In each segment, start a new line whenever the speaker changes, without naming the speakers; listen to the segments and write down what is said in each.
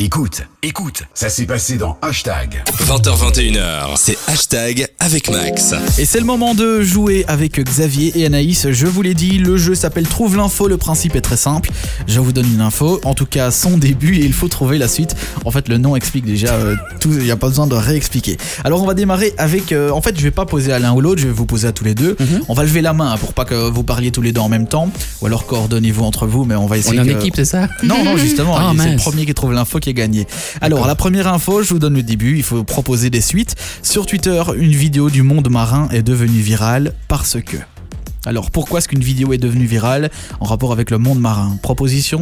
Écoute, écoute, ça s'est passé dans Hashtag.
20h21h, c'est hashtag avec Max.
Et c'est le moment de jouer avec Xavier et Anaïs. Je vous l'ai dit, le jeu s'appelle Trouve l'info. Le principe est très simple. Je vous donne une info, en tout cas son début, et il faut trouver la suite. En fait, le nom explique déjà euh, tout. Il n'y a pas besoin de réexpliquer. Alors, on va démarrer avec. euh, en fait, je vais pas poser à l'un ou l'autre. Je vais vous poser à tous les deux.
Mhm.
On va lever la main hein, pour pas que vous parliez tous les deux en même temps, ou alors coordonnez-vous entre vous. Mais on va
On
essayer.
est en
que-
équipe, c'est ça
non, non, justement,
Ah,
il- c'est le
mince.
premier qui trouve l'info qui est gagné. Alors, la première info, je vous donne le début, il faut proposer des suites. Sur Twitter, une vidéo du monde marin est devenue virale parce que. Alors, pourquoi est-ce qu'une vidéo est devenue virale en rapport avec le monde marin Proposition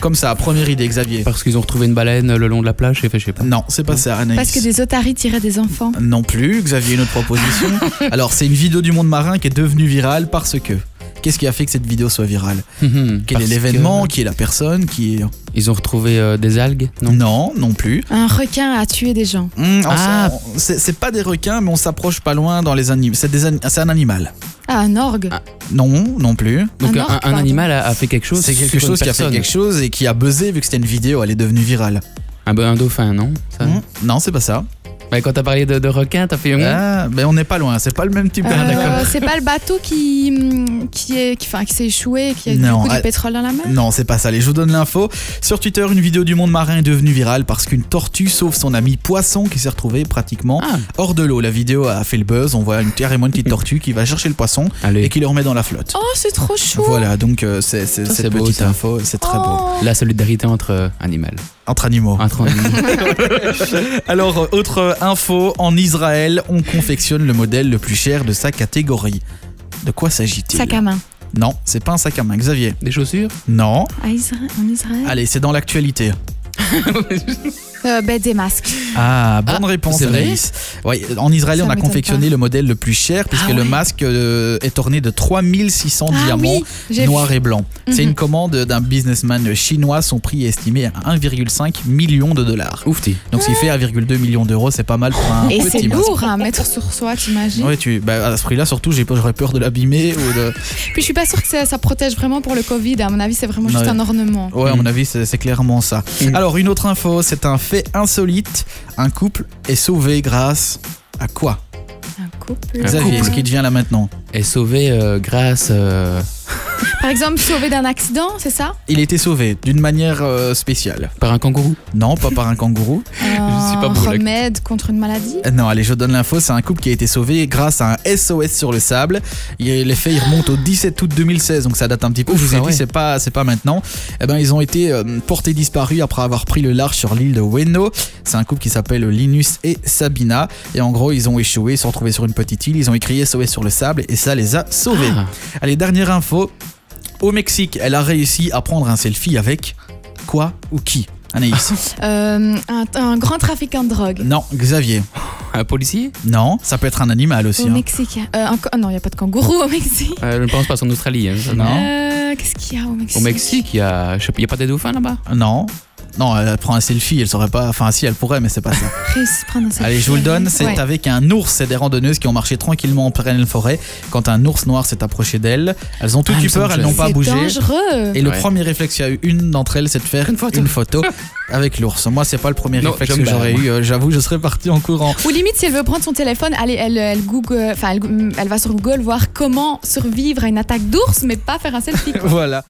Comme ça, première idée, Xavier.
Parce qu'ils ont retrouvé une baleine le long de la plage, et fait, je sais pas.
Non, c'est pas ça, Anaïs.
Parce que des otaries tiraient des enfants.
Non plus, Xavier, une autre proposition. Alors, c'est une vidéo du monde marin qui est devenue virale parce que. Qu'est-ce qui a fait que cette vidéo soit virale
Mhm.
Quel
Parce
est
que
l'événement Qui est la personne Qui est...
Ils ont retrouvé euh, des algues Non.
non, non plus.
Un requin a tué des gens.
Mmh, on
Ah.
s'en- on- c'est c'est pas des requins, mais on s'approche pas loin dans les animaux. C'est des ani- c'est un animal.
Ah, un orgue.
Non, Ah non plus.
Donc
Un
un,
orque,
un
pardon.
animal a, a fait quelque chose.
C'est quelque
sur une
chose qui a fait
personne.
quelque chose et qui a buzzé vu que c'était une vidéo, elle est devenue virale.
Un, Ah bah, un dauphin, non ça
Mmh, Non, c'est pas ça.
Ouais, Quand t'as parlé de, de requin, t'as fait. mm.
Ah, mais on n'est pas loin, c'est pas le même type hein,
Euh,
ah, d'accord.
c'est pas le bateau qui hum, qui est qui, enfin, qui s'est échoué, qui a
Non,
du, coup,
ah-
du pétrole dans la mer.
Non, c'est pas ça. Allez, je vous donne l'info. Sur Twitter, une vidéo du monde marin est devenue virale parce qu'une tortue sauve son ami poisson qui s'est retrouvé pratiquement
Ah.
hors de l'eau. La vidéo a fait le buzz. On voit une, carrément une petite tortue qui va chercher le poisson
Allez.
et qui le remet dans la flotte.
Oh, c'est trop chou.
Voilà, donc euh, c'est c'est-
Ça,
cette
c'est beau,
petite
ça.
info, c'est très beau.
Oh.
La solidarité entre euh, animaux.
Entre animaux.
Entre animaux.
Alors, euh, autre euh, info, en Israël, on confectionne le modèle le plus cher de sa catégorie. De quoi s'agit-il
Sac à main.
Non, c'est pas un sac à main, Xavier.
des chaussures
Non.
À Isra- en Israël.
Allez, c'est dans l'actualité.
Euh, ben, des masques.
Ah, bonne
Ah,
réponse,
c'est vrai
Anaïs. Ouais, en Israël,
Ça
on a
m'étonne
confectionné le modèle le plus cher puisque
Ah
le
ouais.
masque euh, est orné de 3600
Ah
diamants
oui, j'ai vu.
noirs et blancs. C'est
Mhm.
une commande d'un businessman chinois. Son prix est estimé à 1,5 million de dollars.
Oufti.
Donc, s'il fait 1,2 million d'euros, c'est pas mal pour un
Et c'est
petit masque.
lourd à mettre sur soi, t'imagines.
Ouais, tu, bah, à ce prix-là, surtout, j'ai- j'aurais peur de l'abîmer ou de.
Puis je suis pas sûre que ça, ça protège vraiment pour le Covid. À mon avis, c'est vraiment juste
Ouais.
un ornement.
Ouais, à
Mhm.
mon avis, c'est c'est clairement ça.
Mm.
Mhm.
Alors, une autre info, c'est un fait insolite. Un couple est sauvé grâce à quoi
Un couple.
Oh. Xavier, ce qui devient là maintenant
Est sauvé euh, grâce. euh,
Par exemple, sauvé d'un accident, c'est ça
Il était sauvé d'une manière euh, spéciale.
par un kangourou.
Non, pas par un kangourou.
Un
suis pas pour l'actu.
remède contre une maladie.
Euh, Non, allez, je donne l'info, c'est un couple qui a été sauvé grâce à un SOS sur le sable. Il- Les faits, ils remontent au 17 août 2016, donc ça date un petit peu.
Ouf,
je vous ai
ah
dit,
ouais.
c'est pas, c'est pas maintenant. Eh ben, ils ont été euh, portés disparus après avoir pris le large sur l'île de Weno. C'est un couple qui s'appelle Linus et Sabina. Et en gros, ils ont échoué, ils se sont retrouvés sur une petite île, ils ont écrit SOS sur le sable et ça les a sauvés.
Ah.
Allez, dernière info. Au Mexique, elle a réussi à prendre un selfie avec quoi ou qui Anaïs
Euh, un, un grand trafiquant de drogue.
Non, Xavier.
Un policier
Non, ça peut être un animal aussi.
Au
hein.
Mexique. Euh, un ca- non, il n'y a pas de kangourou au Mexique.
Euh, Je ne pense pas, c'est en Australie. hein, ça.
Non.
Euh, Qu'est-ce qu'il y a au Mexique
Au Mexique, il y a. je sais pas, Il y a pas des dauphins là-bas
Non. Non, elle prend un selfie, elle saurait pas. Enfin, si, elle pourrait, mais c'est pas ça.
Chris, prends un selfie.
Allez, je vous le donne. C'est
Ouais.
avec un ours. C'est des randonneuses qui ont marché tranquillement en pleine forêt quand un ours noir s'est approché d'elles. Elles ont tout
Ah,
eu
il me semble
peur,
que
elles
je
n'ont
l'ai
pas
C'est
bougé.
dangereux.
Et le
Ouais.
premier réflexe qu'il y a eu une d'entre elles, c'est de faire une
Une
photo,
photo.
avec l'ours. Moi, c'est pas le premier
Non,
réflexe
j'aime
que
pas,
j'aurais
moi.
eu. Euh, J'avoue, je serais parti en courant.
Ou limite, si elle veut prendre son téléphone, allez, elle, elle, Google, enfin, elle, elle va sur Google voir comment survivre à une attaque d'ours, mais pas faire un selfie. quoi.
Voilà.